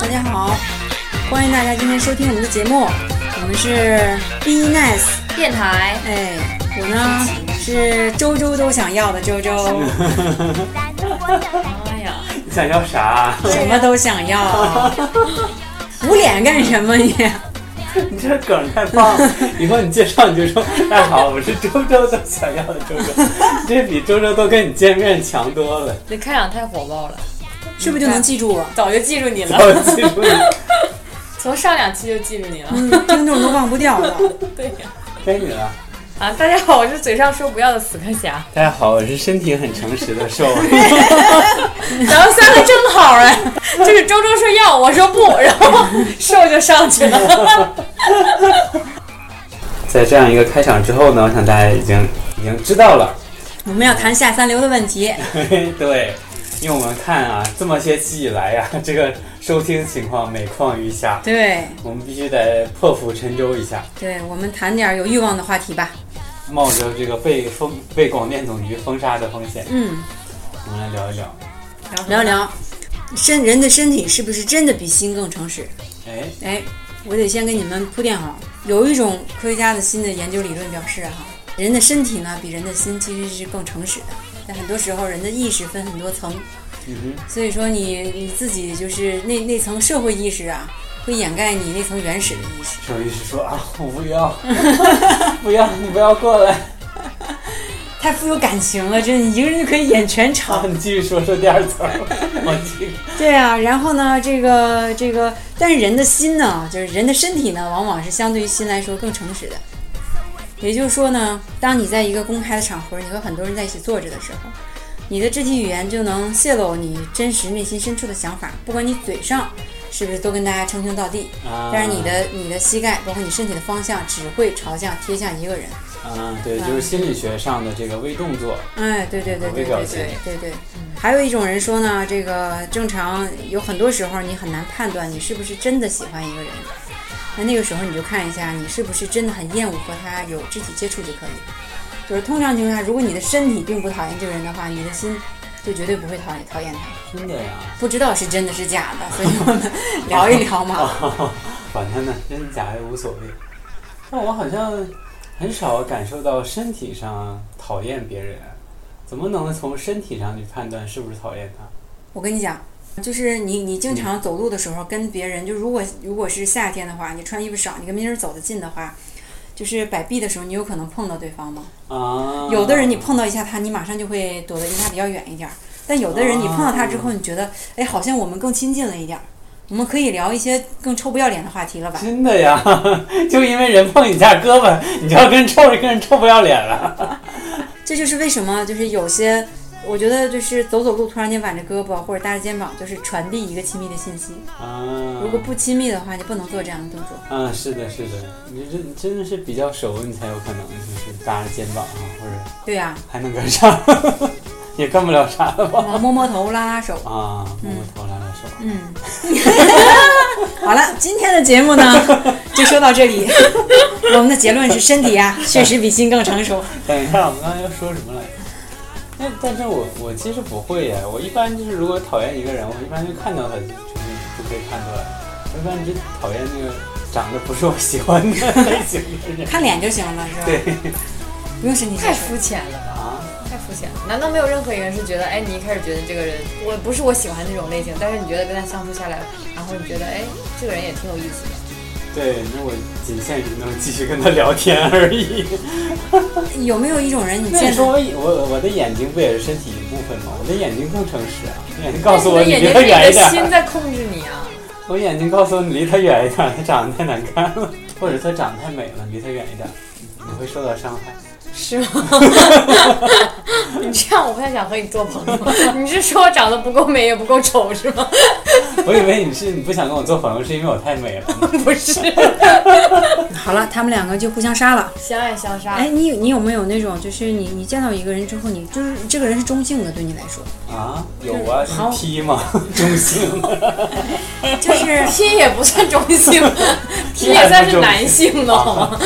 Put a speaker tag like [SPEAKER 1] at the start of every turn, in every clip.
[SPEAKER 1] 大家好，欢迎大家今天收听我们的节目，我们是 Be Nice。
[SPEAKER 2] 电台，
[SPEAKER 1] 哎，我呢是周周都想要的周 周，
[SPEAKER 2] 哎呀，
[SPEAKER 3] 你想要啥？
[SPEAKER 1] 什么都想要，捂脸干什么你？
[SPEAKER 3] 你这梗太棒了！以后你介绍你就说：“大家好，我是周周都想要的周周。”这比周周都跟你见面强多 了。
[SPEAKER 2] 这开场太火爆了，
[SPEAKER 1] 是不是就能记住我？
[SPEAKER 2] 早就记住你了，
[SPEAKER 3] 我记住你。
[SPEAKER 2] 从上两期就记住你了。
[SPEAKER 1] 嗯，听众都忘不掉了。
[SPEAKER 2] 对呀、
[SPEAKER 3] 该你了。
[SPEAKER 2] 啊，大家好，我是嘴上说不要的死磕侠，
[SPEAKER 3] 大家好，我是身体很诚实的瘦。
[SPEAKER 2] 咱们三个正好哎， 就是周周说要，我说 不，然后瘦就上去了。
[SPEAKER 3] 在这样一个开场之后呢，我想大家已经已经知道了。
[SPEAKER 1] 我们要谈下三流的问题，
[SPEAKER 3] 对，因为我们看啊，这么些期以来啊，这个收听情况每况愈下，
[SPEAKER 1] 对
[SPEAKER 3] 我们必须得破釜沉舟一下。
[SPEAKER 1] 对，我们谈点有欲望的话题吧。
[SPEAKER 3] 冒着这个被封被广电总局封杀的风险，
[SPEAKER 1] 嗯，
[SPEAKER 3] 我们来聊一聊。
[SPEAKER 1] 聊一聊身人的身体是不是真的比心更诚实？
[SPEAKER 3] 哎，
[SPEAKER 1] 哎，我得先给你们铺垫好，有一种科学家的新的研究理论表示哈，人的身体呢比人的心其实是更诚实的。但很多时候，人的意识分很多层，
[SPEAKER 3] 嗯哼，
[SPEAKER 1] 所以说你你自己就是那那层社会意识啊，会掩盖你那层原始的意识。
[SPEAKER 3] 兽医师说啊，我不要，不要，你不要过来。
[SPEAKER 1] 太富有感情了，真的一个人就可以演全场
[SPEAKER 3] 好，。啊你继续说说第二层，我这个
[SPEAKER 1] 对啊，然后呢，这个这个，但是人的心呢，就是人的身体呢，往往是相对于心来说更诚实的。也就是说呢，当你在一个公开的场合，你和很多人在一起坐着的时候，你的肢体语言就能泄露你真实内心深处的想法，不管你嘴上是不是都跟大家称兄道弟，
[SPEAKER 3] 啊，
[SPEAKER 1] 但是你的你的膝盖，包括你身体的方向，只会朝向贴向一个人。
[SPEAKER 3] 啊，对，就是心理学上的这个微动作，
[SPEAKER 1] 哎，对对对
[SPEAKER 3] 微
[SPEAKER 1] 对
[SPEAKER 3] 表
[SPEAKER 1] 对
[SPEAKER 3] 情
[SPEAKER 1] 对对对。还有一种人说呢，这个正常有很多时候你很难判断你是不是真的喜欢一个人，那那个时候你就看一下你是不是真的很厌恶和他有肢体接触就可以。就是通常情况下，如果你的身体并不讨厌这个人的话，你的心就绝对不会讨厌讨厌他。
[SPEAKER 3] 真的呀。
[SPEAKER 1] 不知道是真的是假的，所以我们 聊一聊 嘛。
[SPEAKER 3] 哦，管他呢，真假也无所谓。但我好像很少感受到身体上讨厌别人，怎么能从身体上去判断是不是讨厌他？
[SPEAKER 1] 我跟你讲，就是你你经常走路的时候跟别人，就如果如果是夏天的话，你穿衣服少，你跟别人走得近的话，就是摆臂的时候，你有可能碰到对方吗？
[SPEAKER 3] 啊，
[SPEAKER 1] 有的人你碰到一下他，你马上就会躲得离他比较远一点儿；但有的人你碰到他之后，你觉得，哎，好像我们更亲近了一点儿。我们可以聊一些更臭不要脸的话题了吧？
[SPEAKER 3] 真的呀， 就因为人碰你一下胳膊，你就要跟臭跟人臭不要脸了。
[SPEAKER 1] 这就是为什么，就是有些，我觉得就是走走路突然间挽着胳膊或者搭着肩膀，就是传递一个亲密的信息。
[SPEAKER 3] 啊，
[SPEAKER 1] 如果不亲密的话，你不能做这样的动作。
[SPEAKER 3] 啊，是的，是的，你这你真的是比较熟，你才有可能就是搭着肩膀啊，或者
[SPEAKER 1] 对呀、
[SPEAKER 3] 还能干啥， 也干不了啥了吧？
[SPEAKER 1] 哦摸摸头，拉拉手。
[SPEAKER 3] 啊，摸摸头，拉拉手。
[SPEAKER 1] 嗯，好了，今天的节目 呢就说到这里。我们的结论是，身体 啊确实比心更成熟。
[SPEAKER 3] 等一下，我们刚才要说什么来着？但但是我我其实不会呀，我一般就是如果讨厌一个人，我一般就看到他就就是就可以判断，我一般只讨厌那个长得不是我喜欢的类型的人。
[SPEAKER 1] 看脸就行了，是吧？
[SPEAKER 3] 对，
[SPEAKER 1] 不用身体
[SPEAKER 2] 太
[SPEAKER 1] 接触
[SPEAKER 2] 肤。浅了吧，
[SPEAKER 3] 啊，
[SPEAKER 2] 太肤浅了。难道没有任何一个人是觉得，哎，你一开始觉得这个人我不是我喜欢这种类型，但是你觉得跟他相处下来，然后你觉得，哎，这个人也挺有意思的。
[SPEAKER 3] 对，那我仅限于能继续跟他聊天而已。
[SPEAKER 1] 有没有一种人，你
[SPEAKER 3] 那你
[SPEAKER 1] 见到
[SPEAKER 3] 说我我我的眼睛不也是身体一部分吗？我的眼睛更诚实啊！眼睛告诉我
[SPEAKER 2] 你的
[SPEAKER 3] 离
[SPEAKER 2] 眼
[SPEAKER 3] 他
[SPEAKER 2] 睛是
[SPEAKER 3] 远一
[SPEAKER 2] 你的心
[SPEAKER 3] 点，
[SPEAKER 2] 在控制你啊。
[SPEAKER 3] 我眼睛告诉我你离他远一点，他长得太难看了，或者他长得太美了，离他远一点，你会受到伤害。
[SPEAKER 2] 是吗？ 你这样我不太想和你做朋友。你是说我长得不够美也不够丑是吗？
[SPEAKER 3] 我以为你是你不想跟我做朋友，是因为我太美了。
[SPEAKER 2] 不是，
[SPEAKER 1] 好了，他们两个就互相杀了。
[SPEAKER 2] 相爱相
[SPEAKER 3] 啊
[SPEAKER 2] 杀。
[SPEAKER 1] 哎，你你有没有那种，就是你你见到一个人之后，你就是这个人是中性的，对你来 说，
[SPEAKER 3] 啊，有啊，
[SPEAKER 1] 好
[SPEAKER 3] 你踢吗？中性
[SPEAKER 1] 就是
[SPEAKER 2] ，T 也不算中性，T 也算是男性了，好吗？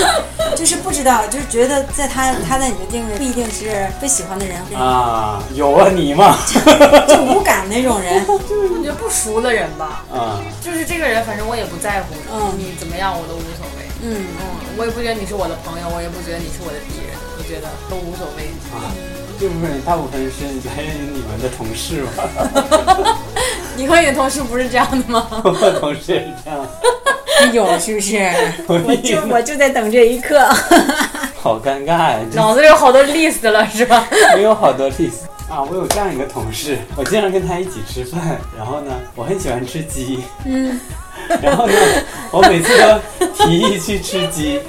[SPEAKER 1] 就就是不知道，就是觉得在他他在你的定位不一定是被喜欢的人，
[SPEAKER 3] 啊，有啊你嘛，
[SPEAKER 1] 就无感那种人。
[SPEAKER 2] 我觉得不熟的人吧，
[SPEAKER 3] 啊，
[SPEAKER 2] 就是这个人，反正我也不在乎，
[SPEAKER 1] 嗯
[SPEAKER 2] 你怎么样我都无所谓。
[SPEAKER 1] 嗯，
[SPEAKER 2] 嗯，我也不觉得你是我的朋友，我也不觉得你是我的敌人，我觉得都无所谓。
[SPEAKER 3] 啊这部分人大部分是来源于你们的同事嘛，
[SPEAKER 2] 你和你的同事不是这样的吗？
[SPEAKER 3] 我的同事也是这样，
[SPEAKER 1] 有是不是？
[SPEAKER 3] 我
[SPEAKER 1] 我
[SPEAKER 3] 也
[SPEAKER 1] 就我就在等这一刻。
[SPEAKER 3] 好尴尬呀、
[SPEAKER 2] 脑子里有好多 list 了是吧？
[SPEAKER 3] 我有好多例子啊！我有这样一个同事，我经常跟他一起吃饭，然后呢，我很喜欢吃鸡，
[SPEAKER 1] 嗯，
[SPEAKER 3] 然后呢，我每次都提议去吃鸡，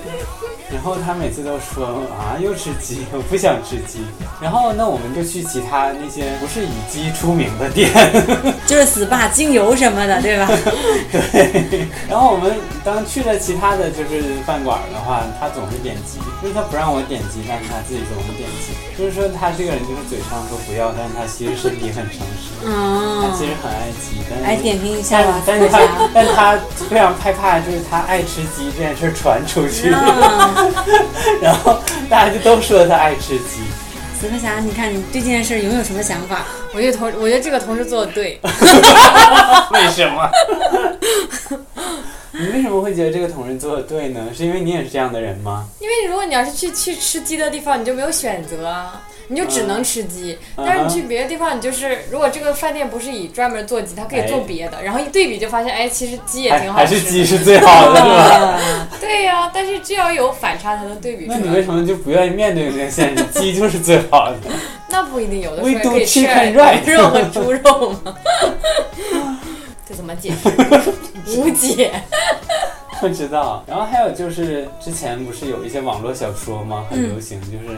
[SPEAKER 3] 然后他每次都说啊，又吃鸡，我不想吃鸡。然后那我们就去其他那些不是以鸡出名的店，
[SPEAKER 1] 就是 SPA 精油什么的，对 吧？
[SPEAKER 3] 对。 然后我们当去了其他的就是饭馆的话，他总是点鸡，因为他不让我点鸡，但是他自己总是点鸡，就是说他这个人就是嘴上说不要，但是他其实身体很诚实。他其
[SPEAKER 1] 嗯，
[SPEAKER 3] 实很爱鸡，但是
[SPEAKER 1] 来点评一下
[SPEAKER 3] 但
[SPEAKER 1] 吧，
[SPEAKER 3] 但
[SPEAKER 1] 大
[SPEAKER 3] 是
[SPEAKER 1] 家
[SPEAKER 3] 他。但他非常害怕，就是他爱吃鸡这件事儿传出去，
[SPEAKER 1] 嗯，
[SPEAKER 3] 然后大家就都说他爱吃鸡。
[SPEAKER 1] 死飞侠，你看你对这件事有没有什么想法？
[SPEAKER 2] 我觉得同，我觉得这个同事做的对，
[SPEAKER 3] 为什么？ 你为什么会觉得这个同事做的对呢？是因为你也是这样的人吗？
[SPEAKER 2] 因为如果你要是去去吃鸡的地方，你就没有选择啊，你就只能吃鸡。
[SPEAKER 3] 嗯
[SPEAKER 2] 但是你去别的地方，你就是如果这个饭店不是以专门做鸡，它可以做别的，然后一对比就发现，哎，其实鸡也
[SPEAKER 3] 还
[SPEAKER 2] 挺好
[SPEAKER 3] 还
[SPEAKER 2] 吃的。
[SPEAKER 3] 是鸡是最好的，是吧？
[SPEAKER 2] 对呀、但是就要有反差才能对比出嗯
[SPEAKER 3] 那你为
[SPEAKER 2] 来。
[SPEAKER 3] 什么就不愿意面对这个现实？鸡就是最好的。
[SPEAKER 2] 那不一定，有的
[SPEAKER 3] We
[SPEAKER 2] 时候可以
[SPEAKER 3] do
[SPEAKER 2] 吃
[SPEAKER 3] chicken right
[SPEAKER 2] 牛肉和猪肉嘛。这怎么解释？无解。
[SPEAKER 3] 不知道。然后还有就是之前不是有一些网络小说吗？很流行，就是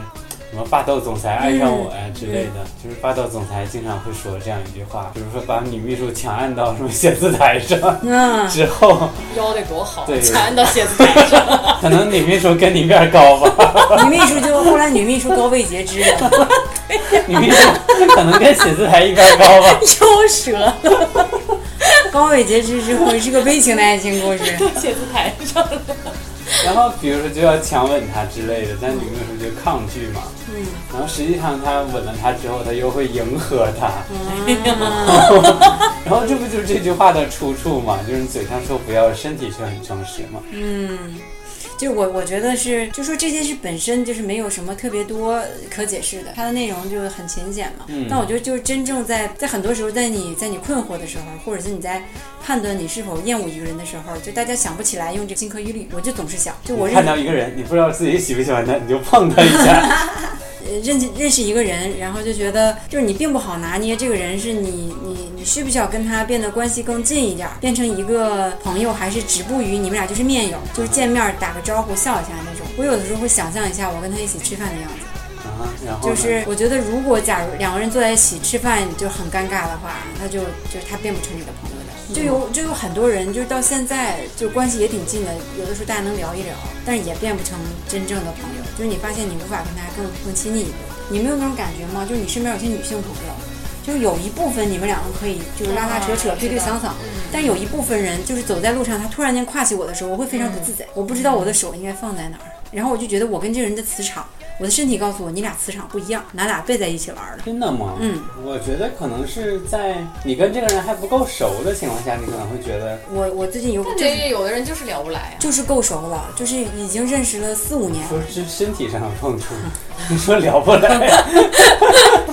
[SPEAKER 3] 什么霸道总裁爱上我呀、之类的，就是霸道总裁经常会说这样一句话，比如说把女秘书强按到什么写字台上。
[SPEAKER 1] 嗯，
[SPEAKER 3] 之后，
[SPEAKER 2] 腰得多好
[SPEAKER 3] 对，
[SPEAKER 2] 缠到写字台上。
[SPEAKER 3] 可能女秘书跟你面高吧，
[SPEAKER 1] 女秘书就后来女秘书高位截肢 了，
[SPEAKER 3] 女秘书可能跟写字台一边高吧。
[SPEAKER 2] 腰折
[SPEAKER 1] 高位截肢之后是个悲情的爱情故事。
[SPEAKER 2] 写字台上了，
[SPEAKER 3] 然后比如说就要强吻她之类的，但女秘书就抗拒嘛。
[SPEAKER 1] 嗯
[SPEAKER 3] 然后实际上她吻了她之后，她又会迎合她。
[SPEAKER 1] 嗯
[SPEAKER 3] 然后这不就是这句话的出处嘛？就是你嘴上说不要，身体却很诚实嘛。
[SPEAKER 1] 嗯，就我我觉得是，就说这件事本身就是没有什么特别多可解释的，它的内容就很浅显嘛。
[SPEAKER 3] 嗯
[SPEAKER 1] 但我觉得就是真正在在很多时候，在你在你困惑的时候，或者是你在判断你是否厌恶一个人的时候，就大家想不起来用这个金科玉律，我就总是想，就我
[SPEAKER 3] 你
[SPEAKER 1] 认
[SPEAKER 3] 看到一个人，你不知道自己喜不喜欢他，你就碰他一 下。
[SPEAKER 1] 呃认识认识一个人，然后就觉得就是你并不好拿捏这个人是你你你需不需要跟他变得关系更近一点儿，变成一个朋友，还是止步于你们俩就是面友，就是见面儿打个招呼笑一下那种。我有的时候会想象一下我跟他一起吃饭的样子，
[SPEAKER 3] 啊，然后
[SPEAKER 1] 就
[SPEAKER 3] 呢
[SPEAKER 1] 是我觉得如果假如两个人坐在一起吃饭就很尴尬的话，那就就是他变不成你的朋友的。
[SPEAKER 3] 嗯
[SPEAKER 1] 就有就有很多人，就是到现在就关系也挺近的，有的时候大家能聊一聊，但是也变不成真正的朋友。就是你发现你无法跟他更更亲近一点，你没有那种感觉吗？就是你身边有些女性朋友，就是有一部分你们两个可以就是拉拉扯扯、
[SPEAKER 2] 啊
[SPEAKER 1] 对对
[SPEAKER 2] 是的
[SPEAKER 1] 搡搡，但有一部分人就是走在路上，他突然间挎起我的时候，我会非常不自在，
[SPEAKER 2] 嗯
[SPEAKER 1] 我不知道我的手应该放在哪儿，然后我就觉得我跟这个人的磁场，我的身体告诉我你俩磁场不一样，咱俩背在一起玩儿了。
[SPEAKER 3] 真的吗？
[SPEAKER 1] 嗯，
[SPEAKER 3] 我觉得可能是在你跟这个人还不够熟的情况下，你可能会觉得
[SPEAKER 1] 我我最近有
[SPEAKER 2] 但
[SPEAKER 1] 就是
[SPEAKER 2] 这有的人就是聊不来啊。
[SPEAKER 1] 就是够熟了，就是已经认识了四五年了。
[SPEAKER 3] 说是身体上的 碰触，你说聊不来，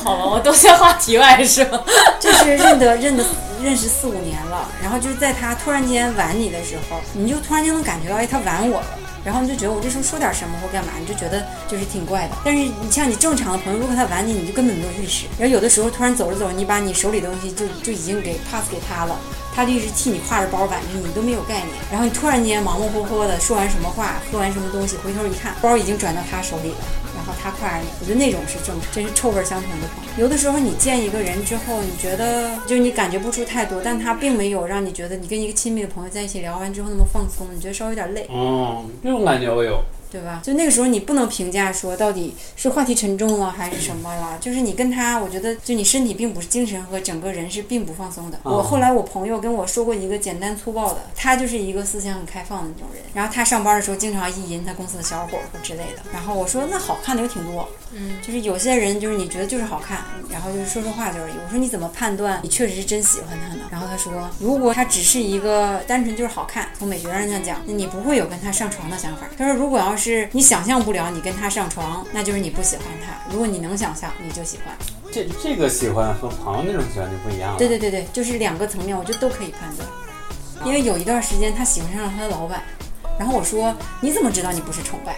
[SPEAKER 2] 好吧，我都在话题外是吧？
[SPEAKER 1] 就是认得认得认识四五年了，然后就是在他突然间玩你的时候，你就突然间能感觉到，哎，他玩我了。然后你就觉得我这时候说点什么或干嘛，你就觉得就是挺怪的。但是你像你正常的朋友，如果他玩你，你就根本没有意识。然后有的时候突然走着走着，你把你手里的东西就就已经给 pass 给他了，他就一直替你挎着包挽着你，你都没有概念。然后你突然间忙忙活活的说完什么话，喝完什么东西，回头一看，包已经转到他手里了。然后他夸你，我觉得那种是正常，真是臭味儿相同的朋友。有的时候你见一个人之后，你觉得就是你感觉不出太多，但他并没有让你觉得你跟一个亲密的朋友在一起聊完之后那么放松，你觉得稍微有点累。
[SPEAKER 3] 嗯，这种感觉我有。
[SPEAKER 1] 对吧？就那个时候你不能评价说到底是话题沉重了啊还是什么了，就是你跟他，我觉得就你身体并不是精神和整个人是并不放松的。我后来我朋友跟我说过一个简单粗暴的，他就是一个思想很开放的那种人，然后他上班的时候经常意淫他公司的小伙儿之类的。然后我说那好看的有挺多，
[SPEAKER 2] 嗯，
[SPEAKER 1] 就是有些人就是你觉得就是好看，然后就是说说话就而已。我说你怎么判断你确实是真喜欢他呢？然后他说，如果他只是一个单纯就是好看，从美学上讲讲，那你不会有跟他上床的想法。他说，如果要是你想象不了你跟他上床，那就是你不喜欢他；如果你能想象，你就喜欢。
[SPEAKER 3] 这这个喜欢和朋友那种喜欢就不一样了。
[SPEAKER 1] 对对对对，就是两个层面，我觉得都可以判断。因为有一段时间他喜欢上了他的老板，然后我说你怎么知道你不是崇拜？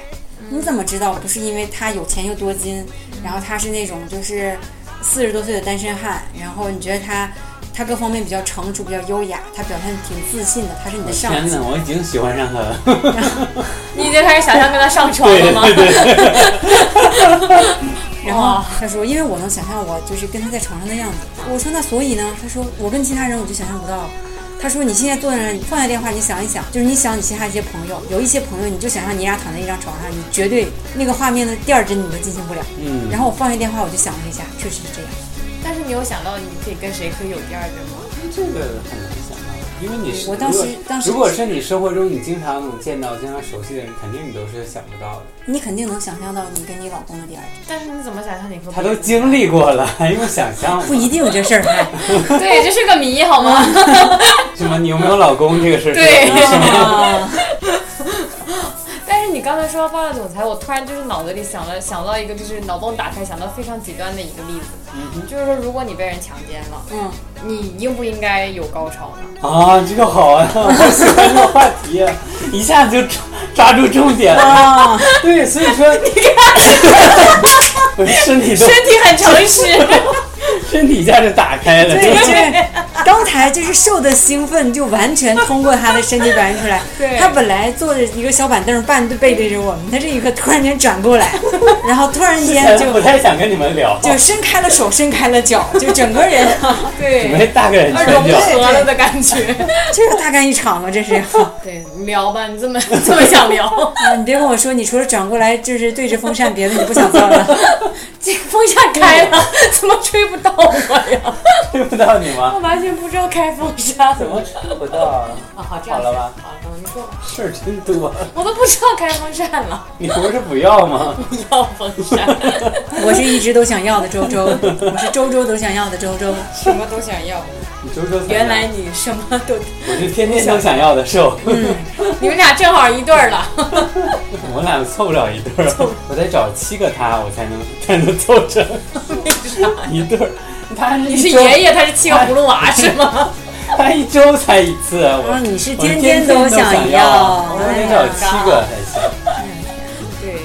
[SPEAKER 1] 你怎么知道不是因为他有钱又多金，然后他是那种就是四十多岁的单身汉，然后你觉得他他各方面比较成熟，比较优雅，他表现挺自信的，他是你的上
[SPEAKER 3] 呃天
[SPEAKER 1] 级
[SPEAKER 3] 哪，。我已经喜欢上 他了。
[SPEAKER 2] 你已经开始想象跟他上床
[SPEAKER 3] 对
[SPEAKER 2] 了吗？
[SPEAKER 3] 对对，
[SPEAKER 1] 然后
[SPEAKER 2] 哇
[SPEAKER 1] 他说，因为我能想象我就是跟他在床上的样子。我说那所以呢？他说我跟其他人我就想象不到。他说你现在坐在那儿，你放下电话，你想一想，就是你想你其他一些朋友，有一些朋友你就想象你俩躺在一张床上，你绝对那个画面的第二帧你都进行不了。
[SPEAKER 3] 嗯，
[SPEAKER 1] 然后我放下电话，我就想了一下，确实是这样。
[SPEAKER 2] 但是你有想到你可以跟谁可以有第二个吗？
[SPEAKER 3] 这个很难想到，因为你是
[SPEAKER 1] 我当时当时
[SPEAKER 3] 如果是你生活中你经常能见到、经常熟悉的人，肯定你都是想不到的。
[SPEAKER 1] 你肯定能想象到你跟你老公的第二针，
[SPEAKER 2] 但是你怎么想象你和
[SPEAKER 3] 他都 经历 过了，还用想象吗？
[SPEAKER 1] 不一定这事儿哎还。
[SPEAKER 2] 对，这是个谜好吗？
[SPEAKER 3] 什么你有没有老公这个事儿？
[SPEAKER 2] 对
[SPEAKER 3] 什么？
[SPEAKER 2] 但是你刚才说到霸道总裁，我突然就是脑子里想了想到一个，就是脑洞打开想到非常极端的一个例子，
[SPEAKER 3] 嗯
[SPEAKER 2] 就是说如果你被人强奸了，
[SPEAKER 1] 嗯，
[SPEAKER 2] 你应不应该有高潮呢？
[SPEAKER 3] 啊，这个好 啊，我喜欢这个话题，啊一下就抓抓住重点了。
[SPEAKER 1] 啊，
[SPEAKER 3] 对，所以 说你 看，我身体都
[SPEAKER 2] 身体很诚实，
[SPEAKER 3] 身体一下就打开了，
[SPEAKER 1] 对，就是刚才就是受的兴奋，就完全通过他的身体表现出来。
[SPEAKER 2] 对
[SPEAKER 1] 他本来坐着一个小板凳，半背对着我们，他这一刻突然间转 过来，然后突然间
[SPEAKER 3] 就
[SPEAKER 1] 就
[SPEAKER 3] 不太想跟你们聊，
[SPEAKER 1] 就伸开了手，伸开了脚，就整个人 啊，
[SPEAKER 3] 你
[SPEAKER 2] 对，
[SPEAKER 3] 们大概
[SPEAKER 2] 而
[SPEAKER 3] 全
[SPEAKER 2] 融
[SPEAKER 3] 就。
[SPEAKER 2] 合了的感觉。
[SPEAKER 1] 就是大干一场嘛，这是。啊
[SPEAKER 2] 对，聊吧，你这么这么想聊，
[SPEAKER 1] 啊，你别跟我说，你除了转过来就是对着风扇，别的你不想做了。
[SPEAKER 2] 这个风扇开了，怎么吹不到我呀？
[SPEAKER 3] 吹不到你
[SPEAKER 2] 我
[SPEAKER 3] 吗？
[SPEAKER 2] 完全不知道开风扇。
[SPEAKER 3] 怎么吹不到啊？
[SPEAKER 2] 啊，好，这样
[SPEAKER 3] 好了吧
[SPEAKER 2] 行？好了，你说吧，
[SPEAKER 3] 事儿真多，
[SPEAKER 2] 我都不知道开风扇了，
[SPEAKER 3] 你不是不要吗？
[SPEAKER 2] 要风扇，
[SPEAKER 1] 我是一直都想要的周周，我是周周都想要的周周。
[SPEAKER 2] 什么都想要。
[SPEAKER 3] 你周周
[SPEAKER 2] 原来你什么都，
[SPEAKER 3] 我是天天都想要的瘦，
[SPEAKER 1] 嗯
[SPEAKER 2] 你们俩正好一对儿 了。
[SPEAKER 3] 我俩凑不了一对儿， 我得找七个他，我才能才能凑成一对儿。他
[SPEAKER 2] 你
[SPEAKER 3] 你
[SPEAKER 2] 是爷爷，他是七个葫芦
[SPEAKER 3] 哎
[SPEAKER 2] 娃是吗？
[SPEAKER 3] 他一周才一次，我
[SPEAKER 1] 啊你是
[SPEAKER 3] 我
[SPEAKER 1] 天
[SPEAKER 3] 天
[SPEAKER 1] 天都
[SPEAKER 3] 想
[SPEAKER 1] 想
[SPEAKER 3] 要
[SPEAKER 1] 要
[SPEAKER 3] 我得
[SPEAKER 1] 哎
[SPEAKER 3] 找
[SPEAKER 1] 呀
[SPEAKER 3] 七个才行。
[SPEAKER 2] 对，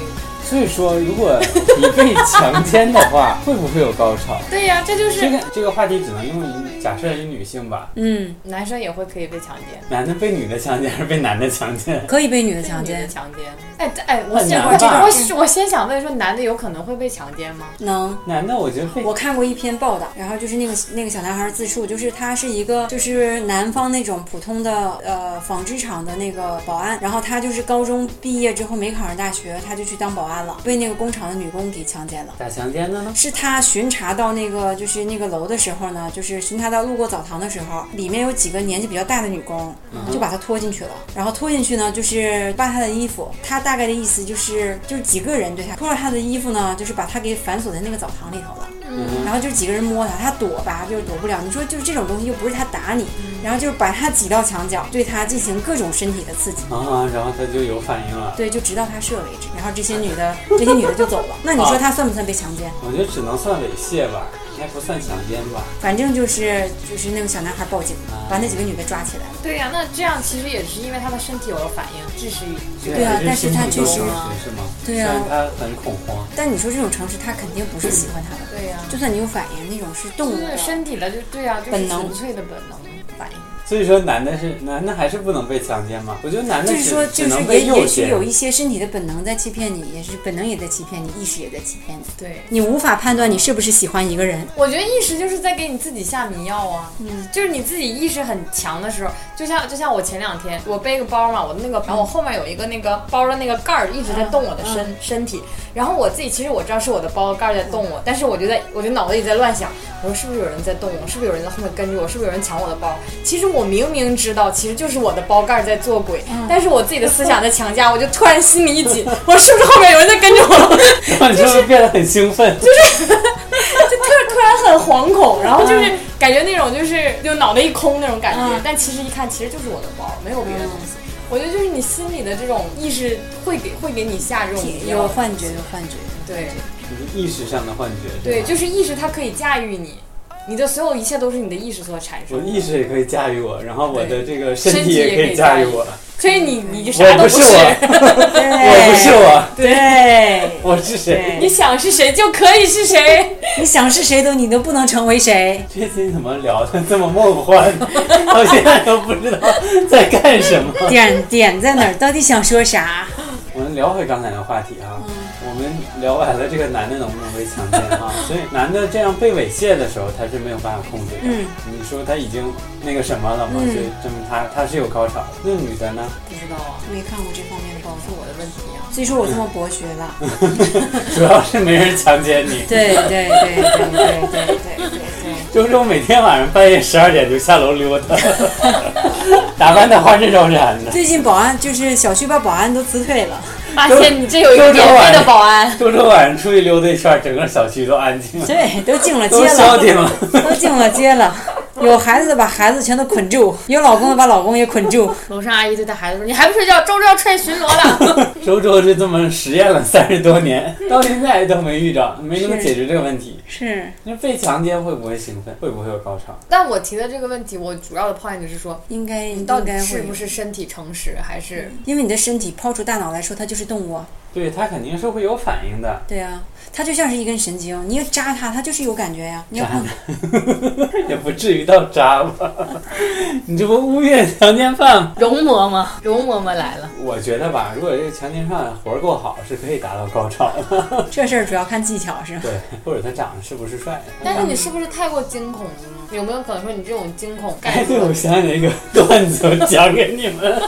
[SPEAKER 3] 所以说，如果你被强奸的话，会不会有高潮？
[SPEAKER 2] 对呀、这就
[SPEAKER 3] 这
[SPEAKER 2] 是
[SPEAKER 3] 个这个话题只能用于假设一女性吧，
[SPEAKER 1] 嗯，
[SPEAKER 2] 男生也会可以被强奸。
[SPEAKER 3] 男的被女的强奸还是被男的强奸？
[SPEAKER 1] 可以被女的强
[SPEAKER 2] 强奸，
[SPEAKER 1] 奸，
[SPEAKER 2] 强奸。哎这哎，我
[SPEAKER 3] 很
[SPEAKER 2] 先
[SPEAKER 3] 难
[SPEAKER 2] 我这
[SPEAKER 3] 吧
[SPEAKER 2] 我我先想问说，男的有可能会被强奸吗？
[SPEAKER 1] 能。
[SPEAKER 3] 男的我觉得被
[SPEAKER 1] 我看过一篇报道，然后就是那个那个小男孩自述，就是他是一个就是南方那种普通的呃纺织厂的那个保安，然后他就是高中毕业之后没考上大学，他就去当保安了，被那个工厂的女工给强奸了。
[SPEAKER 3] 咋强奸的呢？
[SPEAKER 1] 是他巡查到那个就是那个楼的时候呢，就是巡查到路过澡堂的时候，里面有几个年纪比较大的女工，就把他拖进去了。然后拖进去呢，就是扒他的衣服。他大概的意思就是，就是几个人对他脱了他的衣服呢，就是把他给反锁在那个澡堂里头了。
[SPEAKER 3] 嗯
[SPEAKER 1] 然后就几个人摸他，他躲吧，就是躲不了。你说就是这种东西，又不是他打你，然后就是把他挤到墙角，对他进行各种身体的刺激。
[SPEAKER 3] 啊，然后他就有反应了。
[SPEAKER 1] 对，就直到他射为止。然后这些女的，这些女的就走了。那你说他算不算被强奸？
[SPEAKER 3] 我觉得只能算猥亵吧，应该不算强奸吧。
[SPEAKER 1] 反正就是就是那个小男孩报警，把那几个女的抓起来了。
[SPEAKER 2] 对呀、那这样其实也是因为他的身体有了反应，致使于
[SPEAKER 1] 对啊但是他
[SPEAKER 3] 身体都
[SPEAKER 1] 确实
[SPEAKER 3] 是是吗？
[SPEAKER 1] 对啊
[SPEAKER 3] 虽然他很恐慌，
[SPEAKER 1] 但你说这种城市，他肯定不是喜欢他的，
[SPEAKER 2] 对呀、
[SPEAKER 1] 就算你有反应，那种是动
[SPEAKER 2] 就
[SPEAKER 1] 物啊
[SPEAKER 2] 是
[SPEAKER 1] 的。
[SPEAKER 2] 身体的就对呀、就是
[SPEAKER 1] 本能
[SPEAKER 2] 纯粹的本能反应。
[SPEAKER 3] 所以说男的是男的还是不能被强奸嘛？我觉得男的
[SPEAKER 1] 就
[SPEAKER 3] 只
[SPEAKER 1] 是说，
[SPEAKER 3] 只
[SPEAKER 1] 就
[SPEAKER 3] 能
[SPEAKER 1] 是
[SPEAKER 3] 被
[SPEAKER 1] 也
[SPEAKER 3] 诱
[SPEAKER 1] 也许
[SPEAKER 3] 奸
[SPEAKER 1] 有。一些身体的本能在欺骗你，也是本能也在欺骗你，意识也在欺骗你。
[SPEAKER 2] 对，
[SPEAKER 1] 你无法判断你是不是喜欢一个人，
[SPEAKER 2] 我觉得意识就是在给你自己下迷药啊，就是你自己意识很强的时候，就像就像我前两天我背个包嘛，我那个然后我后面有一个那个包的那个盖儿一直在动我的身、身体，然后我自己其实我知道是我的包盖儿在动我，但是我就在我就脑子里在乱想，我说是不是有人在动我，是不是有人在后面跟着我，是不是有人抢我的包？其实我明明知道，其实就是我的包盖儿在做鬼，但是我自己的思想在强加，我就突然心里一紧，我说是不是后面有人在跟着我？
[SPEAKER 3] 然后 你是不是变得很兴奋？
[SPEAKER 2] 就突然突然很惶恐，然后就是
[SPEAKER 3] 嗯
[SPEAKER 2] 感觉那种就是就脑袋一空那种感觉，
[SPEAKER 1] 嗯
[SPEAKER 2] 但其实一看其实就是我的包，没有别的东西。
[SPEAKER 3] 嗯
[SPEAKER 2] 我觉得就是你心里的这种意识会给会给你下这种迷
[SPEAKER 1] 有
[SPEAKER 2] 药，
[SPEAKER 1] 幻觉，有幻觉。
[SPEAKER 2] 对
[SPEAKER 3] 你意识上的幻觉。是吧
[SPEAKER 2] 对，就是意识它可以驾驭你，你的所有一切都是你的意识所产
[SPEAKER 3] 我
[SPEAKER 2] 生的，
[SPEAKER 3] 的意识也可以驾驭我，然后我的
[SPEAKER 2] 对
[SPEAKER 3] 这个身
[SPEAKER 2] 身
[SPEAKER 3] 体
[SPEAKER 2] 体
[SPEAKER 3] 也
[SPEAKER 2] 也
[SPEAKER 3] 可
[SPEAKER 2] 可
[SPEAKER 3] 以
[SPEAKER 2] 以
[SPEAKER 3] 驾
[SPEAKER 2] 驾
[SPEAKER 3] 驭
[SPEAKER 2] 驭
[SPEAKER 3] 我。
[SPEAKER 2] 所以你你就
[SPEAKER 3] 我
[SPEAKER 2] 啥都
[SPEAKER 3] 不
[SPEAKER 2] 是，
[SPEAKER 3] 是我， 我不是我，
[SPEAKER 1] 对，对
[SPEAKER 3] 我是谁？
[SPEAKER 2] 你
[SPEAKER 1] 对
[SPEAKER 2] 想是谁就可以是 谁。
[SPEAKER 1] 你想是谁都你都不能成为谁。
[SPEAKER 3] 这期怎么聊的这么梦 幻？到现在都不知道在干什么。
[SPEAKER 1] 点点在哪儿？到底想说啥？
[SPEAKER 3] 我们聊回刚才的话题啊，
[SPEAKER 1] 嗯
[SPEAKER 3] 我们聊完了这个男的能不能被强奸 啊，所以男的这样被猥亵的时候，他是没有办法控制的。
[SPEAKER 1] 嗯，
[SPEAKER 3] 你说他已经那个什么了嘛，
[SPEAKER 1] 嗯
[SPEAKER 3] 就证明他他是有高潮。那女的 呢？
[SPEAKER 2] 不知道啊，
[SPEAKER 1] 没看过这方面的报
[SPEAKER 2] 是
[SPEAKER 1] 道，
[SPEAKER 2] 我的问题啊。
[SPEAKER 1] 所以说我这么博学了。
[SPEAKER 3] 嗯 主要是没人强奸 你。
[SPEAKER 1] 对对对对对对对对
[SPEAKER 3] 周周每天晚上半夜十二点就下楼溜 达，打扮的花枝招展的。
[SPEAKER 1] 最近保安就是小区把保安都辞退了。
[SPEAKER 2] 发现你这有一个
[SPEAKER 3] 周周
[SPEAKER 2] 免费的保安，
[SPEAKER 3] 周周晚上出去溜达一圈，整个小区都安静了，
[SPEAKER 1] 对，都进了街
[SPEAKER 3] 都消
[SPEAKER 1] 了，
[SPEAKER 3] 停了。
[SPEAKER 1] 都进了街了。有孩子的把孩子全都捆住，有老公的把老公也捆住。
[SPEAKER 2] 楼上阿姨对她孩子说：“你还不睡觉，周周要出来巡逻了。
[SPEAKER 3] 周周是这么实验了三十多年，
[SPEAKER 2] 嗯
[SPEAKER 3] 到现在都没遇着，没能
[SPEAKER 1] 是
[SPEAKER 3] 解决这个问题。
[SPEAKER 1] 是
[SPEAKER 3] 那被强奸会不会兴奋？会不会有高潮？”
[SPEAKER 2] 但我提的这个问题，我主要的 point 就是说，
[SPEAKER 1] 应该应
[SPEAKER 2] 到
[SPEAKER 1] 该
[SPEAKER 2] 底
[SPEAKER 1] 会
[SPEAKER 2] 是不是身体诚实，还是
[SPEAKER 1] 因为你的身体抛出大脑来说，它就是动物啊。
[SPEAKER 3] 对他肯定是会有反应的。
[SPEAKER 1] 对啊，它就像是一根神经，你要扎它，它就是有感觉呀、你要碰，
[SPEAKER 3] 也不至于到渣吧？你这不诬陷强奸犯吗？
[SPEAKER 2] 容嬷嬷？容嬷嬷来了，
[SPEAKER 3] 我觉得吧，如果这个强奸犯活儿够好，是可以达到高潮的。
[SPEAKER 1] 这事儿主要看技巧是吗？
[SPEAKER 3] 对，或者他长得是不是帅？啊
[SPEAKER 2] 但是你是不是太过惊恐了呢？有没有可能说你这种惊恐
[SPEAKER 3] 哎，
[SPEAKER 2] 盖
[SPEAKER 3] 对，
[SPEAKER 2] 住
[SPEAKER 3] 我
[SPEAKER 2] 了？
[SPEAKER 3] 想起一个段子，我讲给你 们，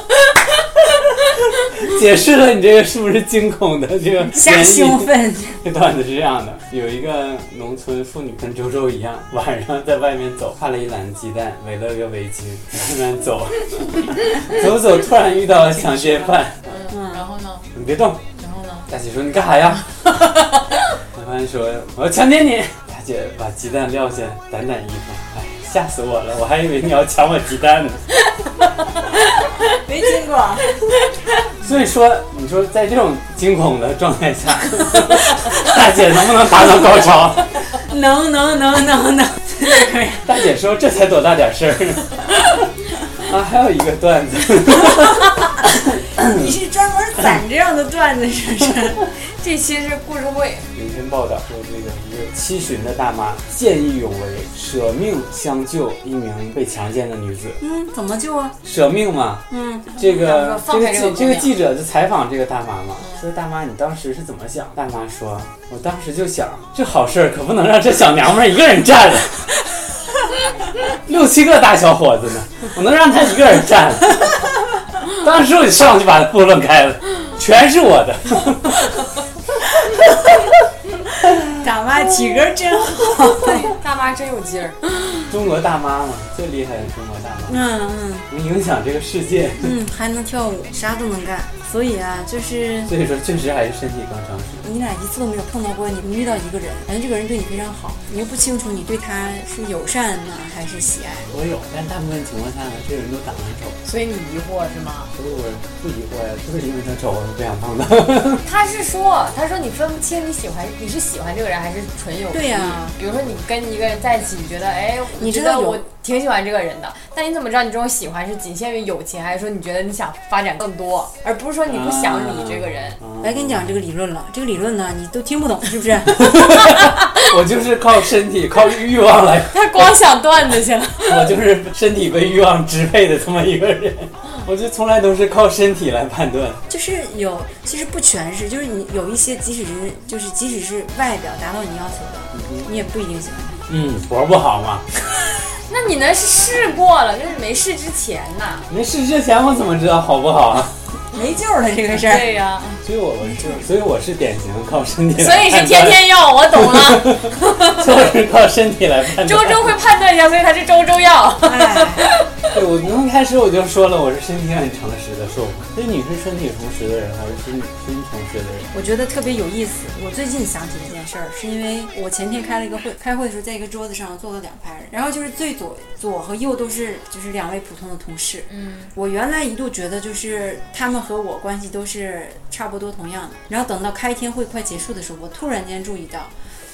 [SPEAKER 3] 解释了你这个是不是惊恐的这个
[SPEAKER 1] 瞎
[SPEAKER 3] 原因
[SPEAKER 1] 兴奋，
[SPEAKER 3] 这段子是这样的：有一个农村妇女跟周周一样，晚上在外面走，看了一篮鸡蛋，围了个围巾，慢慢走，走走，突然遇到了强奸犯。
[SPEAKER 2] 嗯，然后呢？
[SPEAKER 3] 你别动！
[SPEAKER 2] 然后呢？
[SPEAKER 3] 大姐说：“你干啥呀？” 强奸犯说：“我要强奸你。”大姐把鸡蛋撂下，掸掸衣服，哎，吓死我了！我还以为你要抢我鸡蛋呢。
[SPEAKER 1] 没听过，啊
[SPEAKER 3] 所以说，你说在这种惊恐的状态下， 大姐能不能达到高潮？
[SPEAKER 1] 能能能能能，
[SPEAKER 3] 大姐说：“这才多大点事儿。” 啊，还有一个段子，
[SPEAKER 1] 你是专门攒这样的段子是不是？
[SPEAKER 2] 这期是故事会，
[SPEAKER 3] 有一篇报道说，这个一个七旬的大妈见义勇为，舍命相救一名被强奸的女子。
[SPEAKER 1] 嗯，怎么救啊？
[SPEAKER 3] 舍命嘛，
[SPEAKER 1] 嗯，
[SPEAKER 3] 这
[SPEAKER 2] 想
[SPEAKER 3] 个
[SPEAKER 2] 说放开
[SPEAKER 3] 这
[SPEAKER 2] 这个
[SPEAKER 3] 个记这
[SPEAKER 2] 姑
[SPEAKER 3] 个
[SPEAKER 2] 娘
[SPEAKER 3] 记者就采访这个大妈嘛，说大妈你当时是怎么想？大妈说，我当时就想，这好事儿可不能让这小娘们儿一个人占 了，六七个大小伙子呢，我能让她一个人占了。当时我就上去把她拨弄开了，全是我的。
[SPEAKER 1] 大妈体格真好，
[SPEAKER 2] 大妈真有劲儿。
[SPEAKER 3] 中国大妈嘛，最厉害的中国大妈，
[SPEAKER 1] 嗯嗯
[SPEAKER 3] 能影响这个世界，
[SPEAKER 1] 嗯，还能跳舞，啥都能干，所以啊，就是
[SPEAKER 3] 所以说确实还是身体更诚实。
[SPEAKER 1] 你俩一次都没有碰到过，你遇到一个人，感觉这个人对你非常好，你又不清楚你对他是友善呢还是喜爱。
[SPEAKER 3] 我有，但大部分情况下呢，这人都长得丑，
[SPEAKER 2] 所以你疑惑是吗？
[SPEAKER 3] 所以我不疑惑呀，就是因为他丑，我不想碰他。
[SPEAKER 2] 他是说，他说你分不清你喜欢你是喜欢这个人还是纯友谊。
[SPEAKER 1] 对呀
[SPEAKER 2] 比如说你跟一个人在一起，你觉得哎，
[SPEAKER 1] 你
[SPEAKER 2] 觉
[SPEAKER 1] 知道
[SPEAKER 2] 得
[SPEAKER 1] 有
[SPEAKER 2] 我挺喜欢这个人的，但你怎么知道你这种喜欢是仅限于友情，还是说你觉得你想发展更多，而不是说你不想理这个人？
[SPEAKER 3] 啊
[SPEAKER 1] 我来跟你讲这个理论了，这个理论呢，你都听不懂是不 是？
[SPEAKER 3] 我就是靠身体、靠欲望来，
[SPEAKER 2] 他光想段子去了。
[SPEAKER 3] 我就是身体被欲望支配的这么一个人。我就从来都是靠身体来判断。
[SPEAKER 1] 就是有，其实不全是，就是你有一些，即使是就是即使是外表达到你要求的，你也不一定喜欢他。
[SPEAKER 3] 嗯，活不好嘛。
[SPEAKER 2] 那你呢？是试过了，就是没试之前呐。
[SPEAKER 3] 没试之前我怎么知道好不好啊？
[SPEAKER 1] 没救了这个
[SPEAKER 3] 哎
[SPEAKER 1] 事儿。
[SPEAKER 2] 对呀、
[SPEAKER 3] 所以我我是，所以我是典型靠身 体
[SPEAKER 2] 所
[SPEAKER 3] 来
[SPEAKER 2] 以
[SPEAKER 3] 判断。
[SPEAKER 2] 是天天要，我懂 了。
[SPEAKER 3] 就是靠身体来判断。
[SPEAKER 2] 周周会判断一下，所以他是周周要。
[SPEAKER 1] 哎，
[SPEAKER 3] 对，我从开始我就说了，我是身体很诚实的受。所以你是身体诚实的人，还是心心诚实的人？
[SPEAKER 1] 我觉得特别有意思。我最近想起这件事儿，是因为我前天开了一个会，开会的时候在一个桌子上坐了两排人，然后就是最左左和右都是就是两位普通的同事。
[SPEAKER 2] 嗯，
[SPEAKER 1] 我原来一度觉得就是他们和我关系都是差不多同样的，然后等到开天会快结束的时候，我突然间注意到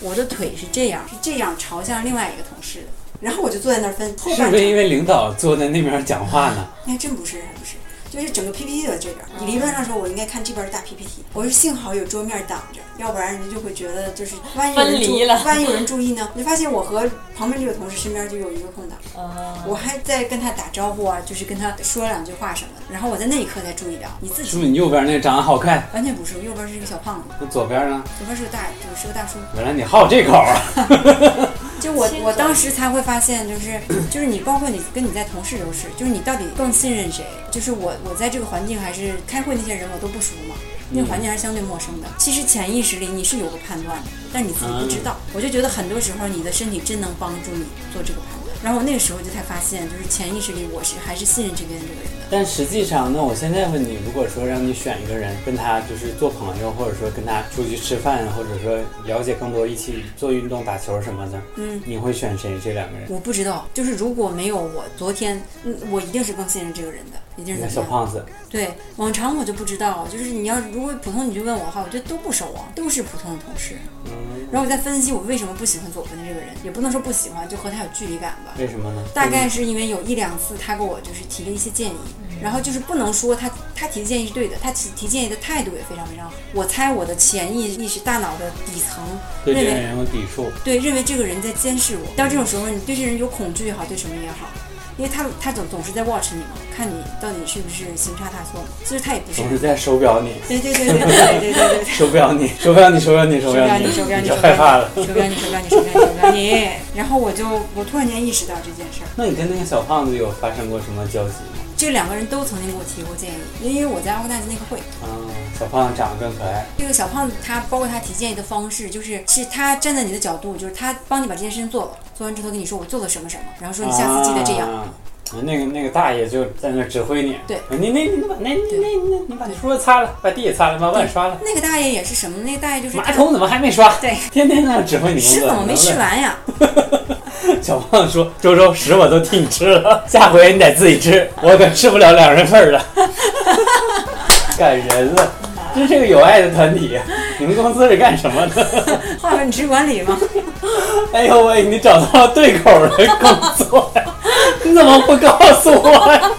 [SPEAKER 1] 我的腿是这样是这样朝向另外一个同事的，然后我就坐在那儿分后
[SPEAKER 3] 是
[SPEAKER 1] 半
[SPEAKER 3] 不是
[SPEAKER 1] 场
[SPEAKER 3] 因为领导坐在那边讲话呢？
[SPEAKER 1] 哎，真不是，还不是，就是整个 PPT 都在这边。
[SPEAKER 2] 嗯
[SPEAKER 1] 理论上说，我应该看这边的大 PPT。我是幸好有桌面挡着，要不然人家就会觉得就是万一有人
[SPEAKER 2] 分
[SPEAKER 1] 注
[SPEAKER 2] 离了
[SPEAKER 1] 万一有人注意呢？ 你就发现我和旁边这个同事身边就有一个空档，
[SPEAKER 2] 哦
[SPEAKER 1] 我还在跟他打招呼啊，就是跟他说两句话什么的。然后我在那一刻才注意到，你自
[SPEAKER 3] 是
[SPEAKER 1] 己
[SPEAKER 3] 不是你右边那个长得好看，
[SPEAKER 1] 完全不是，右边是一个小胖子，
[SPEAKER 3] 那左边呢？
[SPEAKER 1] 左边是个大，就是个大叔。
[SPEAKER 3] 原来你好这口啊！
[SPEAKER 1] 就我
[SPEAKER 2] 亲
[SPEAKER 1] 我
[SPEAKER 2] 手
[SPEAKER 1] 当时才会发现，就是就是你，包括你跟你在同事都是，就是你到底更信任谁？就是我我在这个环境还是开会那些人我都不熟嘛，那个环境还是相对陌生的。其实潜意识里你是有个判断的，但你自己不知道。我就觉得很多时候你的身体真能帮助你做这个判断。然后我那个时候就才发现，就是潜意识里我是还是信任这边这个人的。
[SPEAKER 3] 但实际上呢，我现在问你，如果说让你选一个人，跟他就是做朋友，或者说跟他出去吃饭，或者说了解更多，一起做运动、打球什么的，
[SPEAKER 1] 嗯，
[SPEAKER 3] 你会选谁？这两个人？
[SPEAKER 1] 我不知道，就是如果没有我昨天，嗯，我一定是更信任这个人的，一定是
[SPEAKER 3] 那
[SPEAKER 1] 怎么
[SPEAKER 3] 小
[SPEAKER 1] 样？
[SPEAKER 3] 胖子，
[SPEAKER 1] 对，往常我就不知道，就是你要如果普通你就问我的话，我觉得都不熟啊，都是普通的同事。
[SPEAKER 3] 嗯，
[SPEAKER 1] 然后我再分析我为什么不喜欢左边的这个人，也不能说不喜欢，就和他有距离感吧。
[SPEAKER 3] 为什么呢？
[SPEAKER 1] 大概是因为有一两次他给我就是提了一些建议，
[SPEAKER 3] 嗯
[SPEAKER 1] 然后就是不能说他他提的建议是对的，他提提建议的态度也非常非常好。我猜我的潜意意识大脑的底层
[SPEAKER 3] 对这
[SPEAKER 1] 认
[SPEAKER 3] 个
[SPEAKER 1] 为
[SPEAKER 3] 人有抵触。
[SPEAKER 1] 对认为这个人在监视我。到这种时候，你对这人有恐惧也好，对什么也好。因为他他总总是在 watch 你嘛，看你到底是不是行差踏错嘛。其实他也不是
[SPEAKER 3] 总，是在手表你，
[SPEAKER 1] 对对对对对对对对。
[SPEAKER 3] 手表 你，手表你，手表你，手
[SPEAKER 1] 手
[SPEAKER 3] 表
[SPEAKER 1] 你，手表你，
[SPEAKER 3] 你就害怕了。
[SPEAKER 1] 手表你，手表你，手表你，手表你。然后我就我突然间意识到这件事儿，
[SPEAKER 3] 那你跟那个小胖子有发生过什么交集吗？
[SPEAKER 1] 这两个人都曾经给我提过建议，因为我在阿布达比那个会，
[SPEAKER 3] 啊，小胖子长得更可爱，
[SPEAKER 1] 这个小胖子他包括他提建议的方式，就是是他站在你的角度，就是他帮你把这件事情做了，做完之后跟你说我做了什么什么，然后说你下次记得这样。
[SPEAKER 3] 啊那个那个大爷就在那指挥你，
[SPEAKER 1] 对
[SPEAKER 3] 你那你把那那那你把你桌子擦了，把地也擦了，把碗刷了，
[SPEAKER 1] 那个大爷也是什么？那个大爷就是
[SPEAKER 3] 马桶怎么还没刷？
[SPEAKER 1] 对，
[SPEAKER 3] 天天在那指挥你工
[SPEAKER 1] 屎
[SPEAKER 3] 作。
[SPEAKER 1] 怎么没吃
[SPEAKER 3] 能
[SPEAKER 1] 完呀？
[SPEAKER 3] 问？小胖子说：“周周，屎我都替你吃了，下回你得自己吃，我可吃不了两人份儿了。”感人了，这是个有爱的团体。你们公司是干什么的？
[SPEAKER 1] 话说你是管理吗？
[SPEAKER 3] 哎呦喂，你找到了对口的工作呀，你怎么不告诉我 呀？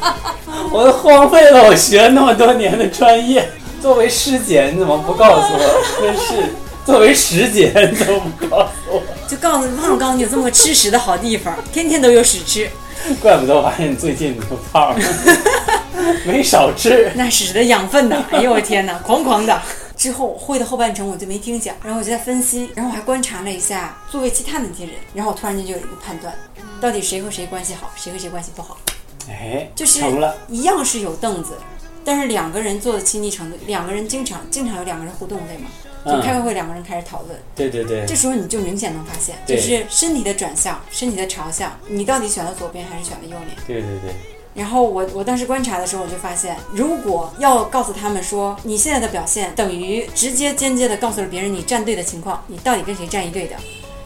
[SPEAKER 3] 我都荒废了我学那么多年的专业。作为师姐，你怎么不告诉我？真是，作为师姐，你怎么不告诉我？
[SPEAKER 1] 就告诉忘了告诉你有这么个吃屎的好地方，天天都有屎吃，
[SPEAKER 3] 怪不得我发现你最近你都胖了，没少吃。
[SPEAKER 1] 那屎的养分呐！哎呦我天呐，狂狂的。之后会的后半程我就没听讲，然后我就在分析，然后我还观察了一下座位其他的那些人，然后我突然间就有一个判断，到底谁和谁关系好，谁和谁关系不好，
[SPEAKER 3] 哎，
[SPEAKER 1] 就是
[SPEAKER 3] 成了。
[SPEAKER 1] 一样是有凳子，但是两个人坐的亲密程度，两个人经常经常有两个人互动对吗？就开
[SPEAKER 3] 嗯，
[SPEAKER 1] 个会，两个人开始讨论，
[SPEAKER 3] 对对对
[SPEAKER 1] 这，时候你就明显能发现，就
[SPEAKER 3] 对
[SPEAKER 1] 是身体的转向，身体的朝向，你到底选了左边还是选了右边？
[SPEAKER 3] 对对对，
[SPEAKER 1] 然后我我当时观察的时候，我就发现，如果要告诉他们说你现在的表现等于直接间接的告诉了别人你站队的情况，你到底跟谁站一队的，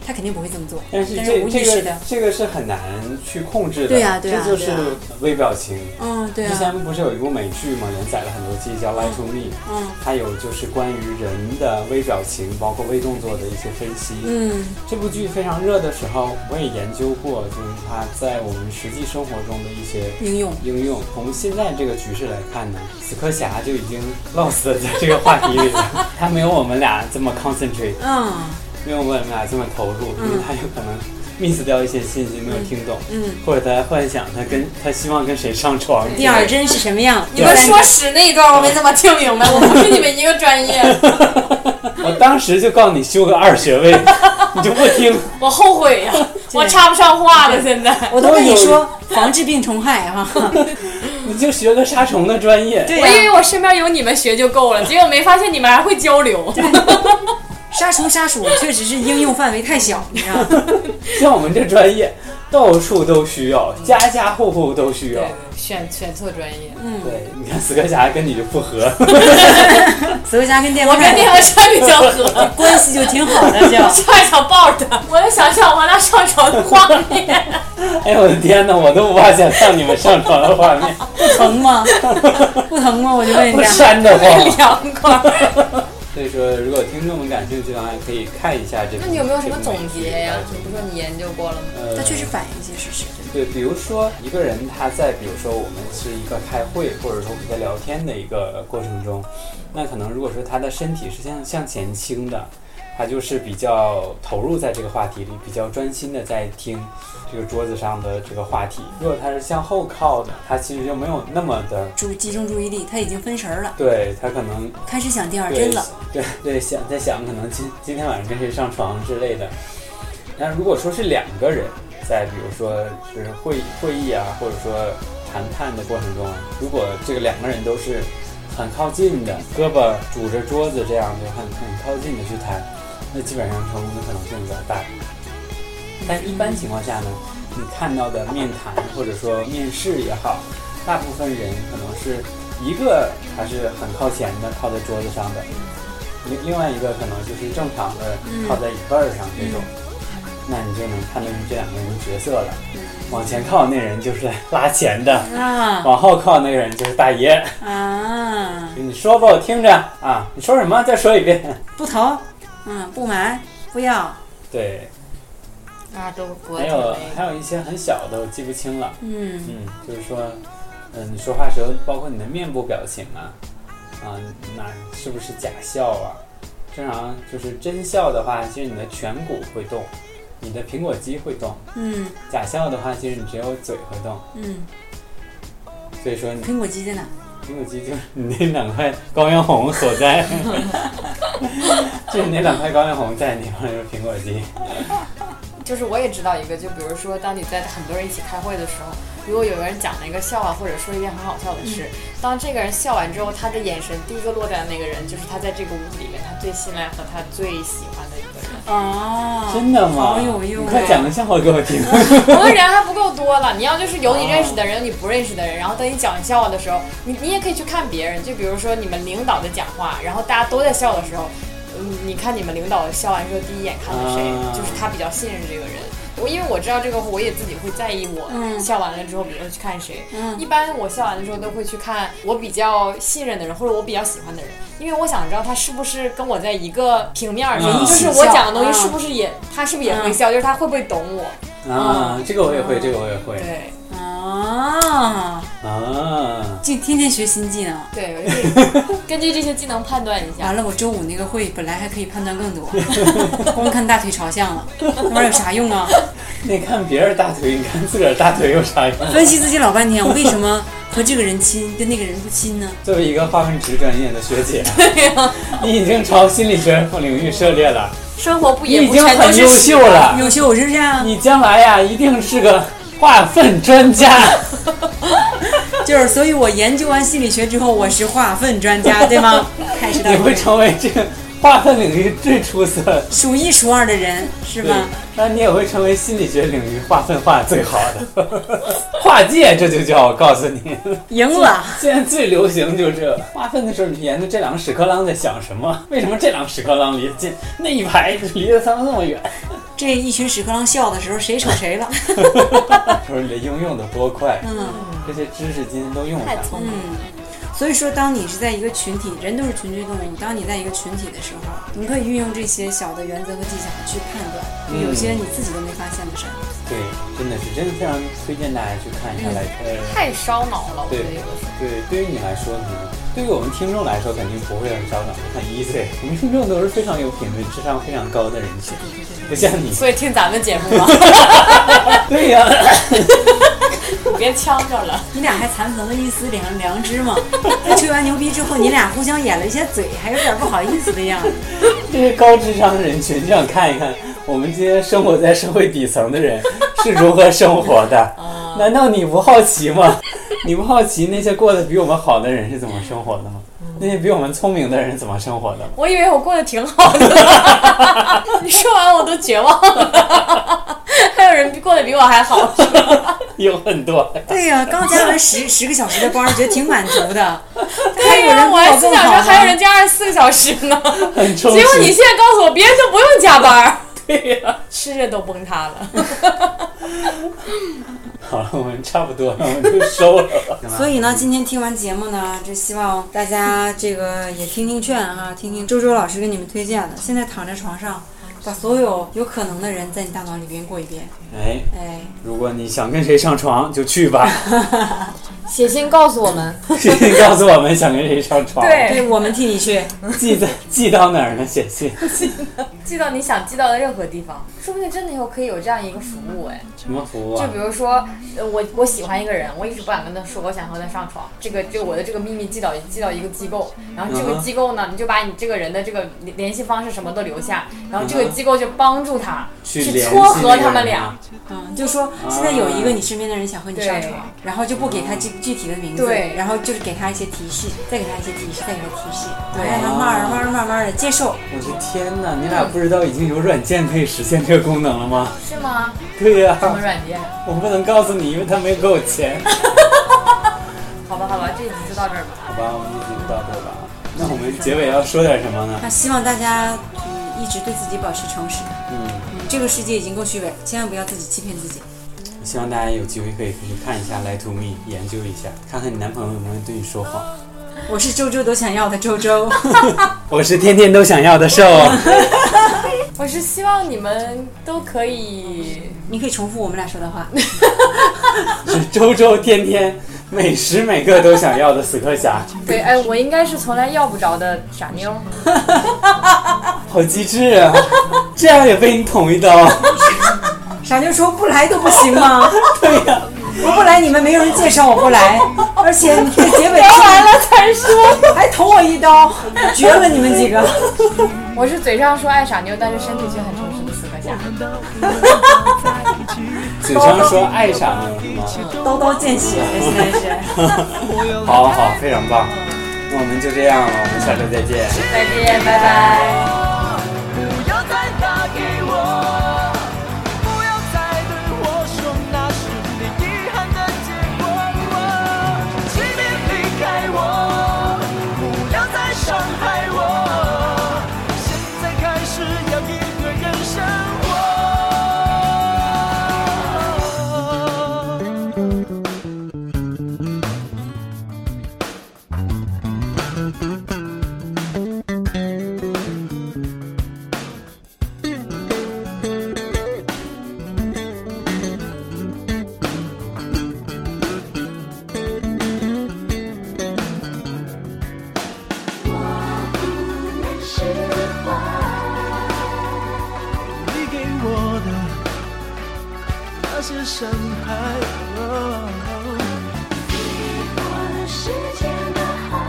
[SPEAKER 1] 他肯定不会这么做，
[SPEAKER 3] 但是
[SPEAKER 1] 但
[SPEAKER 3] 这
[SPEAKER 1] 无意
[SPEAKER 3] 这
[SPEAKER 1] 识
[SPEAKER 3] 个
[SPEAKER 1] 的，
[SPEAKER 3] 这个是很难去控制的，
[SPEAKER 1] 对呀对呀
[SPEAKER 3] 这就是
[SPEAKER 1] 对呀
[SPEAKER 3] 微表情。
[SPEAKER 1] 嗯，对
[SPEAKER 3] 之
[SPEAKER 1] 啊，
[SPEAKER 3] 前不是有一部美剧嘛，连载了很多季，叫《Lie to Me》，
[SPEAKER 1] 嗯
[SPEAKER 3] 它有就是关于人的微表情，包括微动作的一些分析。
[SPEAKER 1] 嗯
[SPEAKER 3] 这部剧非常热的时候，我也研究过，就是它在我们实际生活中的一些
[SPEAKER 1] 应用，
[SPEAKER 3] 应用。从现在这个局势来看呢，死磕侠就已经 lost 在这个话题里 了，他没有我们俩这么 concentrate，
[SPEAKER 1] 嗯
[SPEAKER 3] 没有我们俩这么投入，因为他有可能 miss 掉一些信息没有听懂，
[SPEAKER 1] 嗯，
[SPEAKER 3] 或者他幻想他跟他希望跟谁上床。
[SPEAKER 1] 第二针是什么样？
[SPEAKER 2] 你们说屎那一段我没怎么听明白，我不是你 们一个专业，
[SPEAKER 3] 我当时就告诉你修个二学位， 你就不听。
[SPEAKER 2] 我后悔呀， 我插不上话了。现在
[SPEAKER 1] 我都跟你说防治病虫害啊 哈，
[SPEAKER 3] 你就学个杀虫的专业。
[SPEAKER 1] 对
[SPEAKER 2] 我以
[SPEAKER 1] 呀、
[SPEAKER 2] 为我身边有你们学就够了，结果没发现你们还会交流。
[SPEAKER 1] 杀虫杀鼠确实是应用范围太小，你知道吗？
[SPEAKER 3] 像我们这专业，到处都需要，家家户户都需要。
[SPEAKER 2] 选选错专业，
[SPEAKER 3] 对，你看死磕侠跟你就不合，
[SPEAKER 1] 紫薇家跟电
[SPEAKER 2] 我
[SPEAKER 1] 风
[SPEAKER 2] 跟
[SPEAKER 1] 扇
[SPEAKER 2] 那个山比较合，
[SPEAKER 1] 关系就挺好的，就
[SPEAKER 2] 上一场抱着他，我就想象我和他上床的画面。
[SPEAKER 3] 哎呦我的天哪，我都无法想象你们上床的画面，
[SPEAKER 1] 不疼吗？不疼吗？我就问人
[SPEAKER 3] 不
[SPEAKER 1] 家，
[SPEAKER 3] 扇得慌。
[SPEAKER 2] 凉快。
[SPEAKER 3] 所以说，如果听众们感兴趣的话，可以看一下这部。
[SPEAKER 2] 那你有没有什么总结呀、
[SPEAKER 3] 这
[SPEAKER 2] 你
[SPEAKER 3] 部
[SPEAKER 2] 不是说你研究过了吗？
[SPEAKER 3] 美剧？呃，
[SPEAKER 1] 他确实反映一些事实，
[SPEAKER 3] 对，比如说一个人他在，比如说我们是一个开会，或者说我们在聊天的一个过程中，那可能如果说他的身体是向向前倾的，他就是比较投入在这个话题里，比较专心的在听这个桌子上的这个话题。如果他是向后靠的，他其实就没有那么的，
[SPEAKER 1] 注集中注意力，他已经分神儿了，
[SPEAKER 3] 对他可能
[SPEAKER 1] 开始想第二
[SPEAKER 3] 对
[SPEAKER 1] 针了。
[SPEAKER 3] 对对，想在想可能今今天晚上跟谁上床之类的。那如果说是两个人，在比如说就是会会议啊，或者说谈判的过程中，如果这个两个人都是很靠近的，胳膊拄着桌子这样就很很靠近的去谈，那基本上成功的可能性比较大。但一般情况下呢，你看到的面谈或者说面试也好，大部分人可能是一个他是很靠前的，靠在桌子上的，另另外一个可能就是正常的靠在椅背儿上这种，那你就能判断出这两个人的角色了。往前靠那人就是拉钱的，
[SPEAKER 1] 啊
[SPEAKER 3] 往后靠那个人就是大爷。
[SPEAKER 1] 啊！
[SPEAKER 3] 你说吧，我听着啊，你说什么？再说一遍。
[SPEAKER 1] 不投，嗯，不买，不要，
[SPEAKER 3] 对，
[SPEAKER 2] 啊，都国
[SPEAKER 3] 还有还有一些很小的，我记不清了。
[SPEAKER 1] 嗯
[SPEAKER 3] 嗯，就是说，嗯、你说话时候，包括你的面部表情啊，啊，哪是不是假笑啊？正常就是真笑的话，其实你的颧骨会动，你的苹果肌会动；
[SPEAKER 1] 嗯
[SPEAKER 3] 假笑的话，其实你只有嘴会动。
[SPEAKER 1] 嗯，
[SPEAKER 3] 所以说，你
[SPEAKER 1] 苹果肌在哪？
[SPEAKER 3] 苹果肌就是你那两块高原红所在，就是你那两块高原红在的地方就是苹果肌。
[SPEAKER 2] 就是我也知道一个，就比如说，当你在很多人一起开会的时候，如果有人讲了一个笑话，或者说一件很好笑的事，当这个人笑完之后，他的眼神第一个落在那个人，就是他在这个屋子里面他最信赖和他最喜欢的一个人。
[SPEAKER 1] 哦，
[SPEAKER 3] 真的吗？
[SPEAKER 1] 好有用啊
[SPEAKER 3] 你快讲个笑话给我 听。
[SPEAKER 2] 我们人还不够多了，你要就是有你认识的人，有你不认识的人，然后等你讲笑话的时候，你你也可以去看别人，就比如说你们领导在讲话，然后大家都在笑的时候，嗯，你看你们领导笑完之后，第一眼看的谁，
[SPEAKER 3] 啊
[SPEAKER 2] 就是他比较信任这个人。我因为我知道这个，我也自己会在意我
[SPEAKER 1] 嗯
[SPEAKER 2] 笑完了之后，比如说去看谁。
[SPEAKER 1] 嗯
[SPEAKER 2] 一般我笑完的时候都会去看我比较信任的人或者我比较喜欢的人，因为我想知道他是不是跟我在一个平面上，
[SPEAKER 3] 嗯
[SPEAKER 2] 就是我讲的东西是不是也他是不是也
[SPEAKER 1] 嗯
[SPEAKER 2] 会笑，就是他会不会懂我。
[SPEAKER 3] 啊，这个我也会，这个我也会。
[SPEAKER 2] 对。
[SPEAKER 1] 啊，
[SPEAKER 3] 啊，
[SPEAKER 1] 就天天学新技能。
[SPEAKER 2] 对，我就根据这些技能判断一下。
[SPEAKER 1] 完了，我周五那个会本来还可以判断 更多，光看大腿朝向了，那玩意儿有啥用 啊？
[SPEAKER 3] 那看别人大腿，你看自个儿大腿有啥用？
[SPEAKER 1] 分析自己老半天，我啊为什么和这个人亲，跟那个人不亲呢？
[SPEAKER 3] 作为一个化粪池专业的学 姐，你已经朝心理学领域涉猎了，
[SPEAKER 2] 生活不
[SPEAKER 3] 你
[SPEAKER 2] 也
[SPEAKER 3] 已
[SPEAKER 2] 不
[SPEAKER 3] 经
[SPEAKER 2] 全都
[SPEAKER 3] 很
[SPEAKER 2] 是
[SPEAKER 3] 优秀了，
[SPEAKER 1] 优秀是不是 啊？
[SPEAKER 3] 你将来呀一定是个化粪专家。
[SPEAKER 1] 就是，所 以我研究完心理学之后，我是化粪专家，对吗？开始到
[SPEAKER 3] 你会成为这个霸占领域最出色，
[SPEAKER 1] 数一数二的人是
[SPEAKER 3] 对
[SPEAKER 1] 吧？，
[SPEAKER 3] 那你也会成为心理学领域划分画最好的， 跨界这就叫我告诉你，
[SPEAKER 1] 赢了。
[SPEAKER 3] 现在最流行就这划分的时候，你研究这两个屎壳郎在想什么？为什么这两个屎壳郎离得近，那一排离得他们那么远？
[SPEAKER 1] 这一群屎壳郎笑的时候，谁瞅谁了？
[SPEAKER 3] 说你的应用得多快，
[SPEAKER 1] 嗯
[SPEAKER 3] 这些知识今天都用上
[SPEAKER 2] 太
[SPEAKER 3] 了。
[SPEAKER 2] 聪明。
[SPEAKER 1] 嗯。所以说，当你是在一个群体，人都是群居动物。当你在一个群体的时候，你可以运用这些小的原则和技巧去判断，
[SPEAKER 3] 嗯
[SPEAKER 1] 有些你自己都没发现的事儿。
[SPEAKER 3] 对，真的是，真的非常推荐大家去看一
[SPEAKER 2] 嗯
[SPEAKER 3] 下来呃，
[SPEAKER 2] 太烧脑了，我觉得有的时候。
[SPEAKER 3] 对，对于你来说呢，对于我们听众来说肯定不会很烧脑，很 easy。我们听众都是非常有品位、智商非常高的人群，不像你。
[SPEAKER 2] 所以听咱们节目吧， 啊
[SPEAKER 3] 对呀、
[SPEAKER 2] 你别呛着了。
[SPEAKER 1] 你俩还残存了一丝良良知 吗？他吹完牛逼之后，你俩互相演了一些嘴，还有点不好意思的样子。
[SPEAKER 3] 这些高智商人群，就想看一看我们这些生活在社会底层的人是如何生活 的。
[SPEAKER 2] 啊
[SPEAKER 3] 难道你不好奇吗？ 你不好奇那些过得比我们好的人是怎么生活的吗？
[SPEAKER 2] 嗯
[SPEAKER 3] 那些比我们聪明的人是怎么生活的吗？
[SPEAKER 2] 我以为我过得挺好的， 你说完我都绝望了。 还有人比过得比我 还好，
[SPEAKER 3] 有很多。
[SPEAKER 1] 对呀、 刚加完十十个小时的班儿，觉得挺满足的。还
[SPEAKER 2] 对
[SPEAKER 1] 有
[SPEAKER 2] 呀、
[SPEAKER 1] 人比
[SPEAKER 2] 我还
[SPEAKER 1] 更
[SPEAKER 2] 心想
[SPEAKER 1] 好
[SPEAKER 2] 说
[SPEAKER 1] 吗
[SPEAKER 2] 还有人加二十四个小时 呢，
[SPEAKER 3] 很充
[SPEAKER 2] 结
[SPEAKER 3] 实。
[SPEAKER 2] 果你现在告诉我别人都不用加班儿，
[SPEAKER 3] 对 呀、
[SPEAKER 2] 吃着都崩塌了。
[SPEAKER 3] 好了，我们差不多了，我们就收了吧。
[SPEAKER 2] 啊
[SPEAKER 1] 所以呢，今天听完节目呢，就希望大家这个也听听劝哈、听听周周老师给你们推荐的。现在躺在床上，把所有有可能的人在你大脑里边过一遍。
[SPEAKER 3] 哎，
[SPEAKER 1] 哎，
[SPEAKER 3] 如果你想跟谁上床就去吧，
[SPEAKER 2] 写信告诉我们，
[SPEAKER 3] 写信告诉我们想跟谁上床。
[SPEAKER 2] 对
[SPEAKER 1] 对我们替你去。
[SPEAKER 3] 寄在寄到哪儿呢？写信。
[SPEAKER 2] 寄到你想寄到的任何地方，说不定真的以后可以有这样一个服务哎。
[SPEAKER 3] 什么服务
[SPEAKER 2] 就
[SPEAKER 3] 啊
[SPEAKER 2] 比？如说，呃，我我喜欢一个人，我一直不敢跟他说我想和他上床，这个就我的这个秘密寄到寄到一个机构，然后这
[SPEAKER 3] 嗯
[SPEAKER 2] 个
[SPEAKER 3] 哼
[SPEAKER 2] 机构呢，你就把你这个人的这个联联系方式什么都留下，然后这个
[SPEAKER 3] 嗯哼
[SPEAKER 2] 机构就帮助他
[SPEAKER 3] 去联系
[SPEAKER 2] 撮合他
[SPEAKER 3] 那
[SPEAKER 2] 们
[SPEAKER 3] 个人
[SPEAKER 2] 俩
[SPEAKER 3] 啊。。
[SPEAKER 1] 嗯，就说现在有一个你身边的人想和你上床
[SPEAKER 2] 啊，
[SPEAKER 1] 然后就不给他具具体的名字，
[SPEAKER 2] 对
[SPEAKER 1] 然后就是给他一些提示，再给他一些提示，再给他提示，
[SPEAKER 2] 对
[SPEAKER 1] 然后慢慢慢慢的接受。
[SPEAKER 3] 我的天哪，你俩不知道已经有软件可以实现这个功能了吗？
[SPEAKER 2] 是吗？
[SPEAKER 3] 对呀、
[SPEAKER 2] 什么软件？
[SPEAKER 3] 我不能告诉你，因为他没给我钱。
[SPEAKER 2] 好吧，好吧，这一集就到这儿吧。
[SPEAKER 3] 好吧，我们一集就到这儿吧。那我们结尾要说点什么呢？
[SPEAKER 1] 那希望大家嗯一直对自己保持诚实，
[SPEAKER 3] 嗯。
[SPEAKER 1] 嗯，这个世界已经够虚伪，千万不要自己欺骗自己。
[SPEAKER 3] 希望大家有机会可以去看一下《来 to me》，研究一下，看看你男朋友有没有对你说谎。
[SPEAKER 1] 我是周周都想要的周周，
[SPEAKER 3] 我是天天都想要的瘦，哦
[SPEAKER 2] 我是希望你们都可以，
[SPEAKER 1] 你可以重复我们俩说的话。
[SPEAKER 3] 是周周天天每时每刻都想要的死磕侠，
[SPEAKER 2] 对，哎，我应该是从来要不着的傻妞儿。
[SPEAKER 3] 好机智啊！这样也被你捅一刀，
[SPEAKER 1] 傻妞说不来都不行 吗？
[SPEAKER 3] 对呀、
[SPEAKER 1] 我不来，你们没有人介绍我不来，而且你这结尾聊完了才说，还捅我一刀，绝了你们几个。
[SPEAKER 2] 我是嘴上说爱傻妞，但是身体却很诚实的死磕侠。
[SPEAKER 3] 嘴上说爱傻妞是吗？
[SPEAKER 1] 刀刀见血了，现在是。
[SPEAKER 3] 好好，非常棒。那我们就这样了，我们下周再见。
[SPEAKER 2] 再见，拜拜。
[SPEAKER 4] 不要再打给我，不要再对我说那是你遗憾的结果。请别离开我，不要再伤害我，现在开始要一个人生活。你给我的那些伤害。哦
[SPEAKER 5] 过了时间的海，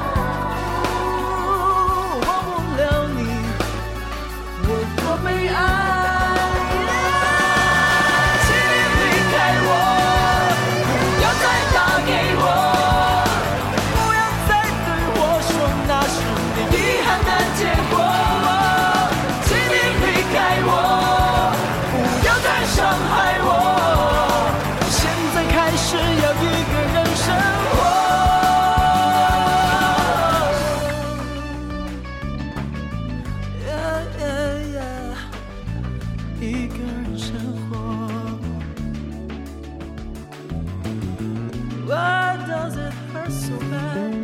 [SPEAKER 4] 生活。Why does it hurt so bad? Oh,